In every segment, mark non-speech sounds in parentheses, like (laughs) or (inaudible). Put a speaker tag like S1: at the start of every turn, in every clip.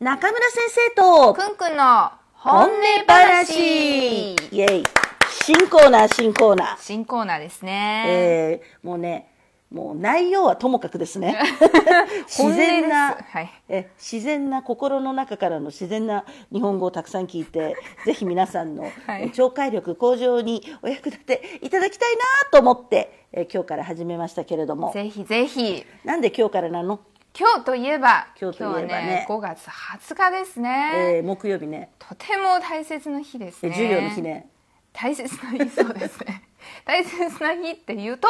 S1: 中村先生と
S2: くんくんの本音
S1: イ
S2: 話
S1: エイ新コーナー新コーナー、
S2: 新コーナーですね、
S1: えーもうねもう内容はともかくです
S2: (laughs)
S1: ね
S2: 本
S1: 自
S2: 音です
S1: 然な、
S2: はい
S1: え自然な心の中からの自然な日本語をたくさん聞い
S2: (laughs)
S1: てぜひ皆さんの、
S2: はい
S1: 聴解力向上にお役立ていただきたいなと思って、えー今日から始めましたけれども
S2: ぜひぜひ
S1: なんで今日からなの、
S2: 今日といえば
S1: 今日といえばね
S2: は5月20日ですね、
S1: えー木曜日ね
S2: とても大切な日です
S1: え
S2: ね
S1: 授業の日ね
S2: 大切な日そうですね (laughs) 大切な日っていうと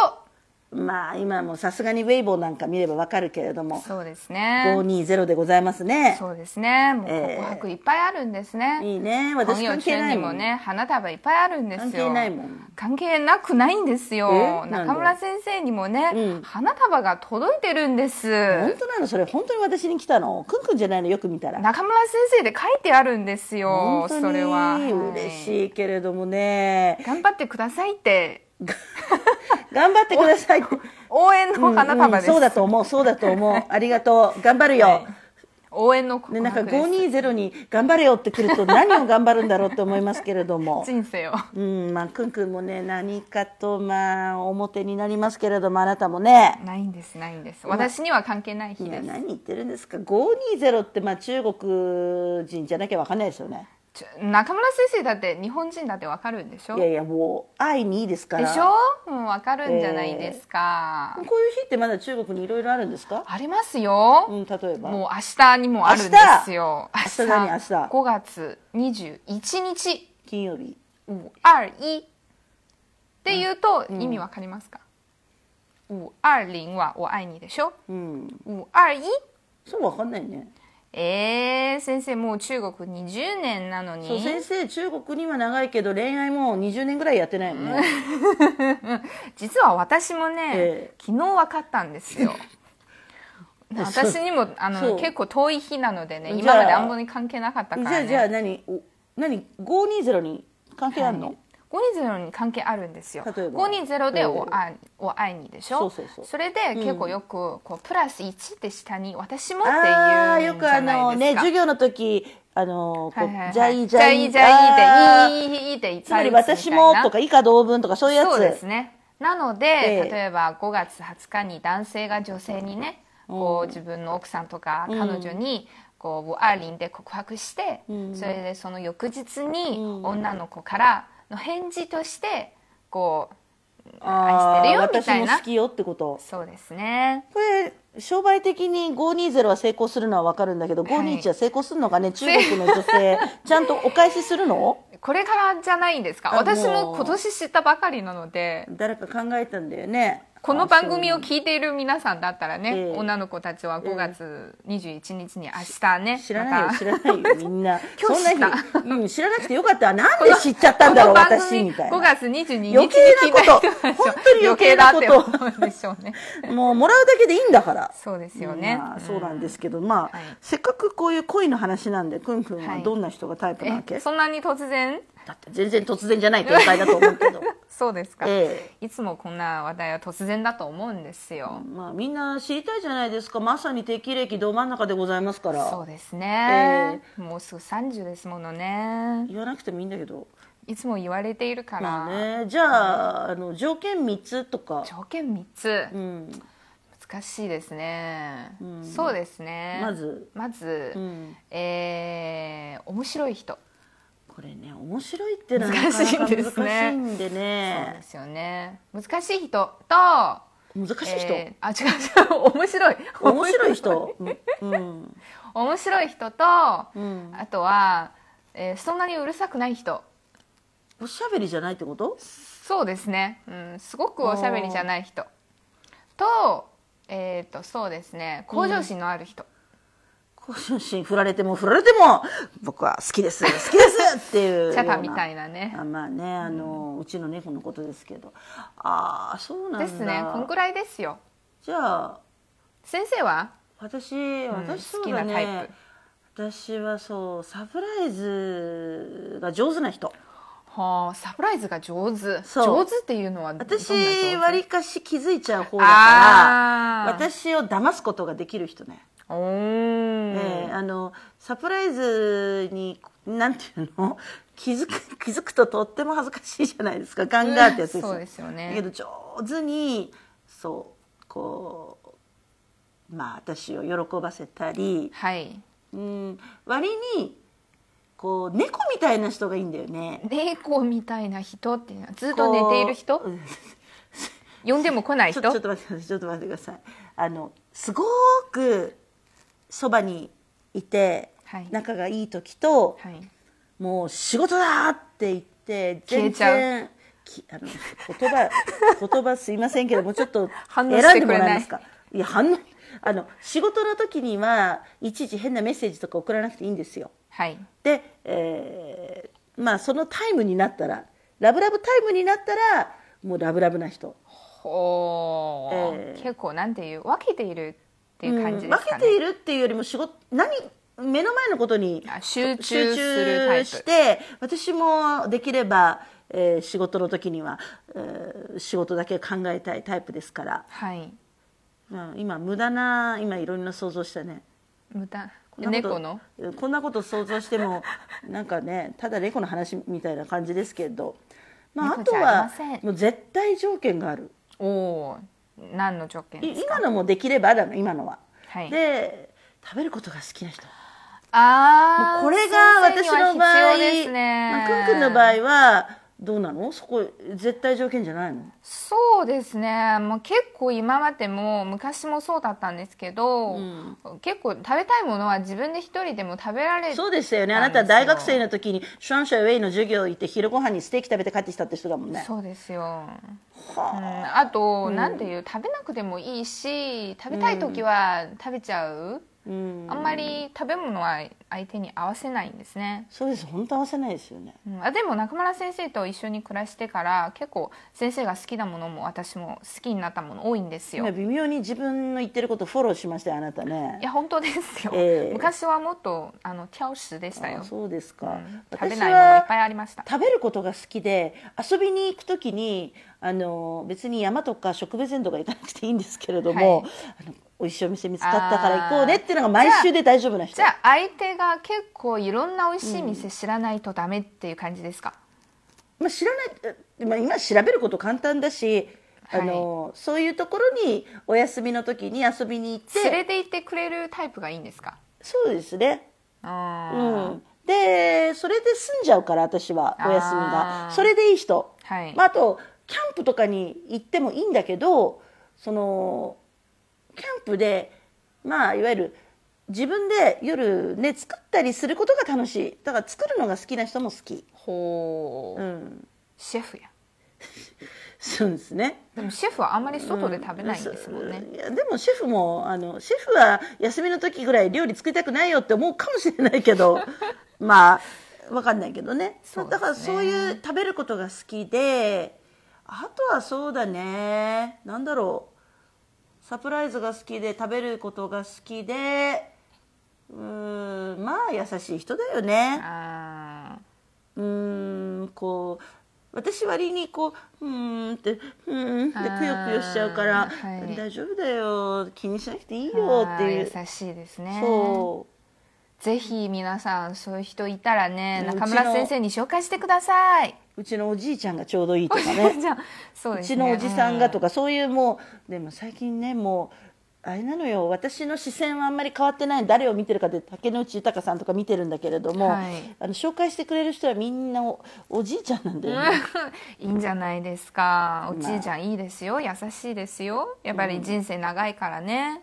S1: まあ今もさすがにウェイボーなんか見ればわかるけれども
S2: そうですね
S1: 520でございますね
S2: そうですねもう
S1: えー
S2: 告白いっぱいあるんですね、
S1: いいね私関係ないもん
S2: 本業中にもね花束いっぱいあるんですよ
S1: 関係ないもん
S2: 関係なくないんですよ
S1: えなんで
S2: 中村先生にもね、
S1: うん
S2: 花束が届いてるんです
S1: 本当なのそれ本当に私に来たのくんくんじゃないのよく見たら
S2: 中村先生で書いてあるんですよ
S1: 本当
S2: それは
S1: に嬉
S2: い
S1: しいけれどもね
S2: 頑張ってくださいって
S1: 頑張ってくだ
S2: (laughs)
S1: さいって
S2: 応援の花束です、
S1: うんうんそうだと思うそうだと
S2: (laughs)
S1: 思うありがとう頑張るよ、
S2: はい応援の告
S1: ね、なんか
S2: 白です、
S1: 520に頑張れよってくると何を頑張るんだろうって思いますけれど
S2: (laughs)
S1: も
S2: 人生を
S1: うんまあくんくんもね何かとまあ表になりますけれどもあなたもね
S2: ないんですないんです私には関係ない日
S1: いや
S2: です
S1: 何言ってるんですか520ってまあ中国人じゃなきゃわかんないですよね
S2: ちょ中村先生だって日本人だってわかるんでしょ
S1: いやいやもう愛にいいですから
S2: でしょもうわかるんじゃないですか、
S1: こういう日ってまだ中国にいろいろあるんですか
S2: ありますよ、
S1: うん例えば
S2: もう明日にもあるんですよ。
S1: 明日明日何明日
S2: 5月21日、
S1: 金曜日
S2: 五二一って言うと意味わかりますか？五二零は我愛你でしょ？
S1: うん
S2: 五二一
S1: そうわかんないね
S2: えー、先生もう中国20年なのに
S1: そう先生中国には長いけど恋愛もう20年ぐらいやってないよね
S2: 実は私もね、
S1: え
S2: 昨日わかったんで
S1: (laughs)
S2: すよ
S1: そう
S2: 私にもあ
S1: そ
S2: の
S1: う
S2: 結構遠い日なのでね
S1: じゃあ
S2: 今まであんまり関係なかったから、
S1: じゃあ
S2: ね、
S1: じゃあ何お何520に関係あるの、
S2: 520に関係あるんですよ
S1: 例えば
S2: 520
S1: ええ
S2: でおあ「お愛に」でしょ
S1: そうそうそう
S2: れで結構よくこうプラス1って下に「私も」っていうじ
S1: ああ
S2: ゃないで
S1: よ
S2: すか
S1: くあのね授業の時あのこ
S2: は
S1: う
S2: いはいはい
S1: じゃあいい
S2: じ
S1: じゃ
S2: ゃあ
S1: あ
S2: い
S1: い
S2: い
S1: い
S2: じゃあいいいいいいいいっていっ
S1: つま
S2: ぱ
S1: り
S2: い打つみ
S1: 私
S2: たい
S1: も
S2: な
S1: とか以下同文とかそういうやつ
S2: そうですねなので、
S1: ええ
S2: 例えば5月20日に男性が女性にねこう自分の奥さんとか彼女に、こうアーリンで告白して、それでその翌日に女の子からの返事としてこう
S1: あー
S2: 愛してるよみ
S1: 私
S2: たい
S1: も
S2: な
S1: 好きよってこと
S2: そうですね
S1: これ商売的に520は成功するのは分かるんだけど521は成功するのかね、中国の女
S2: (laughs)
S1: 性ちゃんとお返しするの
S2: これからじゃないんですか
S1: あ
S2: 私
S1: も
S2: も
S1: う
S2: 今年知ったばかりなので
S1: 誰か考えたんだよね
S2: この番組を
S1: あそう
S2: 聞いている皆さんだったらね、
S1: ええ
S2: 女の子たちは5月21日に明日ね、
S1: 知らないよ
S2: また
S1: 知らないよみん
S2: (laughs)
S1: な
S2: 今
S1: そ
S2: 日
S1: んな
S2: 知った
S1: 日、うん、知らなくてよかったなんで知っちゃったんだろう
S2: この番組
S1: 私みたい
S2: 5
S1: な
S2: 月22日に
S1: 余計なこと
S2: 聞いた人たちは
S1: 本当に余計なこと
S2: 余計だって思うんでしょうね。
S1: もうもらうだけでいいんだから
S2: そうですよね。
S1: まあ、そううんなんですけど、まあ、
S2: はい
S1: せっかくこういう恋の話なんでくんくん
S2: は
S1: はいどんな人がタイプなわけ、
S2: えそんなに突然
S1: だって全然突然じゃない展開だと思うけど
S2: (laughs) そうですか、
S1: え
S2: いつもこんな話題は突然だと思うんですよ。
S1: まあみんな知りたいじゃないですかまさに適齢期ど真ん中でございますから
S2: そうですね、もうすぐ30ですものね
S1: 言わなくてもいいんだけど
S2: いつも言われているから、
S1: まあねじゃああの条件3つとか、
S2: 条件3つ
S1: うん
S2: 難しいですね、
S1: ん
S2: そうですね
S1: まず
S2: まず、
S1: うん、
S2: えー面白い人
S1: これね面白いってのはなか
S2: 難
S1: な
S2: しいん
S1: か
S2: です
S1: 難
S2: ね
S1: しいんで
S2: そうで
S1: ね
S2: すよね難しい人と
S1: 難しい人、
S2: えーあ違う違う面白い
S1: 面白い
S2: (laughs)
S1: 人、うんうん
S2: 面白い人と、
S1: うん、
S2: あとは、えーそんなにうるさくない人
S1: おしゃべりじゃないってこと
S2: そうですね、うん、すごくおしゃべりじゃない人とえっ、とそうですね向上心のある人、
S1: 向上心振られても振られても僕は好きです好きですっていうような
S2: チャタみたいなね
S1: あまあねあの、うちの猫のことですけどああそうなんだ
S2: ですねこんくらいですよ
S1: じゃあ
S2: 先生は
S1: 私
S2: うん
S1: 私そうだ
S2: 好きなタイ
S1: ね、私はそうサプライズが上手な人
S2: はあサプライズが上手
S1: そう
S2: 上手っていうのはどんな上手
S1: 私わりかし気づいちゃう方だから
S2: あー
S1: 私を騙すことができる人ね
S2: お
S1: えーあのサプライズになんていうの (laughs) 気づく気づくととっても恥ずかしいじゃないですかガンガーってやつですよ
S2: そうですよね
S1: だけど上手にそうこうまあ私を喜ばせたり、
S2: はい
S1: うん、割にこう猫みたいな人がいいんだよね。
S2: 猫みたいな人っていうのはずっと寝ている人
S1: こううん
S2: 呼んでも来ない
S1: ちょ
S2: 人
S1: ちょっと待ってくださいちょっと待ってくださいあのすごくそばにいて、
S2: はい
S1: 仲がいい時と、
S2: はい
S1: もう仕事だって言って
S2: 消え
S1: 全
S2: ちゃう
S1: 然きあの言葉 (laughs) 言葉すいませんけどもうちょっと
S2: 反
S1: 選ん
S2: 応して
S1: で
S2: く
S1: も
S2: れ
S1: ら
S2: ない
S1: えますかいや反応あの仕事の時にはいちいち変なメッセージとか送らなくていいんですよ
S2: はい
S1: で、えーまあそのタイムになったらラブラブタイムになったらもうラブラブな人
S2: ほー
S1: えー
S2: 結構なんていう分けているっていう感じですか
S1: うん分け
S2: ね、
S1: ているっていうよりも仕事何目の前のことに
S2: あ集中するタイプ
S1: 集中して私もできれば、えー仕事の時には、えー仕事だけ考えたいタイプですから、
S2: はい
S1: うん、今無駄な今いろんな想像したね
S2: 無駄
S1: こんなこと
S2: 猫の
S1: こんなこと想像して
S2: (laughs)
S1: もなんかねただ猫の話みたいな感じですけど、まあ、あ
S2: 猫
S1: と
S2: じゃあり
S1: は
S2: ません
S1: もう絶対条件がある
S2: おおー何の条件
S1: い
S2: ですか
S1: 今のもできればだの今のは、
S2: はい
S1: で食べることが好きな人
S2: ああ
S1: これが私の場合、
S2: ですね、
S1: まあ、くんくんの場合はどうなのそこ絶対条件じゃないの
S2: そうですね、もう結構今までも昔もそうだったんですけど、
S1: うん
S2: 結構食べたいものは自分で一人でも食べられ
S1: そうでしたよねあな
S2: な
S1: ん
S2: です
S1: た
S2: よ
S1: 大学生の時にシュワンシャウェイの授業行って昼ご飯にステーキ食べて帰ってきたって人だもんね
S2: そうですよ、うん、
S1: はあ
S2: あと、なんていう食べなくてもいいし食べたい時は食べちゃう、
S1: うん
S2: あんまり食べ物は相手に合わせないんですね、
S1: そうです本当合わせないですよね
S2: うん、あでも中村先生と一緒に暮らしてから結構先生が好きなものも私も好きになったもの多いんですよ
S1: 今微妙に自分の言ってることフォローしましたよあなたね
S2: いや本当ですよ、
S1: ええ
S2: 昔はもっとあの挑食でしたよ
S1: あそうですか、
S2: うん食べ
S1: 私
S2: ないものいっ
S1: は
S2: ぱいありました
S1: 食べることが好きで遊びに行く時にあの別に山とか植物園とか行かなくていいんですけれども、
S2: はい
S1: あの美味しいお店見つかったから行こうねっていうのが毎週で大丈夫な人
S2: じゃあ相手が結構いろんな美味しい店知らないとダメっていう感じですか、
S1: まあ、知らないえまあ今調べること簡単だし、
S2: はい
S1: あのそういうところにお休みの時に遊びに行って
S2: 連れて行ってくれるタイプがいいんですか
S1: そうですね、
S2: う、
S1: うんん、でそれで済んじゃうから私はお休み
S2: あ
S1: が
S2: ー
S1: それでいい人、
S2: はい、
S1: まあ、あとキャンプとかに行ってもいいんだけどそのキャンプでまあいわゆる自分で夜ね作ったりすることが楽しいだから作るのが好きな人も好き、
S2: ほう、
S1: うん、
S2: シェフや
S1: そうですね
S2: でもシェフはあんまり外で食べないんですもんね、
S1: いやでもシェフもあのシェフは休みの時ぐらい料理作りたくないよって思うかもしれないけど (laughs) まあわかんないけどね
S2: そうですね
S1: だからそういう食べることが好きであとはそうだねなんだろうサプライズが好きで食べることが好きでうーんまあ優しい人だよね。
S2: あ
S1: うーんこう私割にこううーんってうーんって
S2: あー
S1: くよくよしちゃうから、
S2: はい
S1: 大丈夫だよ気にしなくていい
S2: ー
S1: よっていう
S2: あー優しいですね
S1: そ
S2: ぜひ皆さんそういう人いたらね
S1: うん
S2: 中
S1: うちの
S2: 村先生に紹介してくださいう
S1: うちのおじいちゃんがちょうどいいとかね
S2: じゃあ (laughs) そう
S1: う
S2: です
S1: ち
S2: ね
S1: のおじさんがとか、そういうもうでも最近ねもうあれなのよ私の視線はあんまり変わってない誰を見てるかで竹野内豊さんとか見てるんだけれども、
S2: はい
S1: あの紹介してくれる人はみんなおおじいちゃんなんだよね。
S2: いいんじゃないですかおじいちゃんいいですよ優しいですよやっぱり人生長いからね、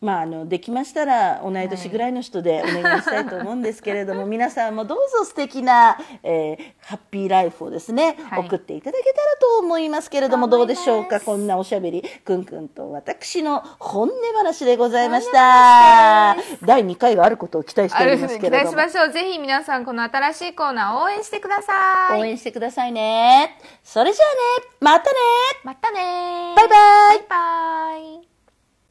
S1: まあ、あのできましたら同い年ぐらいの人でお願いしたいと思うんですけれども、
S2: (laughs)
S1: 皆さんもどうぞ素敵な、えーハッピーライフをですね、
S2: はい
S1: 送っていただけたらと思いますけれどもどうでしょう
S2: 思いま
S1: か
S2: す
S1: こんなおしゃべりくんくんと私の本音話でございました第2回があることを期待して
S2: あ
S1: おり
S2: る
S1: ます
S2: 期
S1: けれ
S2: 待
S1: ど
S2: し
S1: も
S2: ましょうぜひ皆さんこの新しいコーナー応援してくださ
S1: 応
S2: い
S1: 援してくださいねそれじゃあねまたね
S2: またね
S1: バイバイ
S2: バイバイ